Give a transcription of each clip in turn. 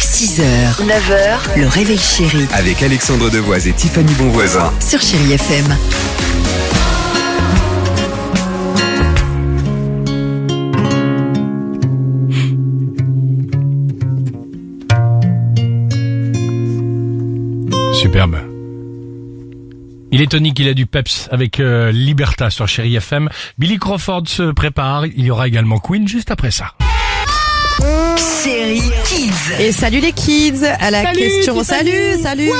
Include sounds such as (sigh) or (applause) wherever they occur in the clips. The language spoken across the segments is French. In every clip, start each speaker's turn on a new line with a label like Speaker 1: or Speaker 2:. Speaker 1: 6h, 9h, le réveil chéri
Speaker 2: Avec Alexandre Devoise et Tiffany Bonvoisin.
Speaker 1: sur Chéri FM.
Speaker 3: Superbe. Il est tonique, il a du peps avec euh, Liberta sur Chéri FM. Billy Crawford se prépare, il y aura également Queen juste après ça.
Speaker 1: Chéri Kids.
Speaker 4: Et salut les kids à la question. Salut, salut.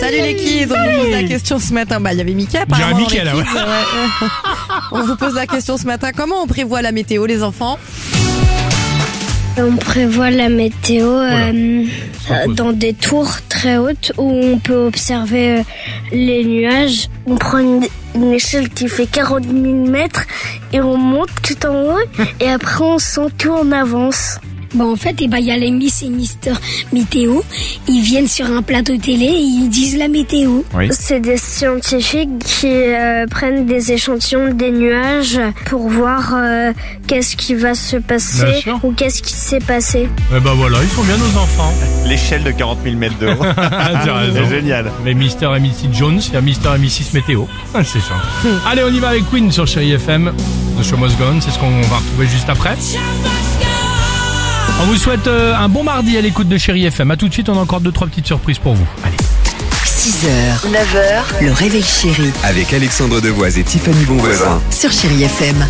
Speaker 4: Salut les kids, on vous pose la question ce matin. Bah, il y avait Mika, apparemment. dans
Speaker 3: Mickaël,
Speaker 4: les
Speaker 3: là, ouais.
Speaker 4: kids, ouais. On vous pose la question ce matin. Comment on prévoit la météo, les enfants
Speaker 5: On prévoit la météo euh,
Speaker 3: (laughs) Sans pause.
Speaker 5: dans des tours très hautes où on peut observer euh, les nuages. On prend une, une échelle qui fait 40 000 mètres et on monte tout en haut et après on sent tout en avance.
Speaker 6: Bah Hum. en fait, eh ben, il y a les Miss et Mister Météo. Ils viennent sur un plateau télé et ils disent la météo.
Speaker 5: C'est des scientifiques qui euh, prennent des échantillons des nuages pour voir euh, qu'est-ce qui va se
Speaker 3: Bien
Speaker 5: passer
Speaker 3: sûr.
Speaker 5: ou qu'est-ce qui s'est passé.
Speaker 3: Eh ben voilà, ils sont bien nos enfants.
Speaker 7: L'échelle de 40 000 mètres de haut.
Speaker 3: (laughs) Ah, t'as raison.
Speaker 7: C'est génial.
Speaker 3: Mais Mister et Mrs. Jones, il y a Mister et Mrs. Météo. Ah, C'est ça. (laughs) Allez, on y va avec Queen sur Chéri FM. The Show Must Go On, c'est ce qu'on va retrouver juste après. On vous souhaite euh, un bon mardi à l'écoute de Chéri FM. À tout de suite, on a encore deux trois petites surprises pour vous. Allez.
Speaker 1: 6h, 9h, le réveil chéri
Speaker 2: Avec Alexandre Devoise et Tiffany Bonvoisin.
Speaker 1: sur Chéri FM.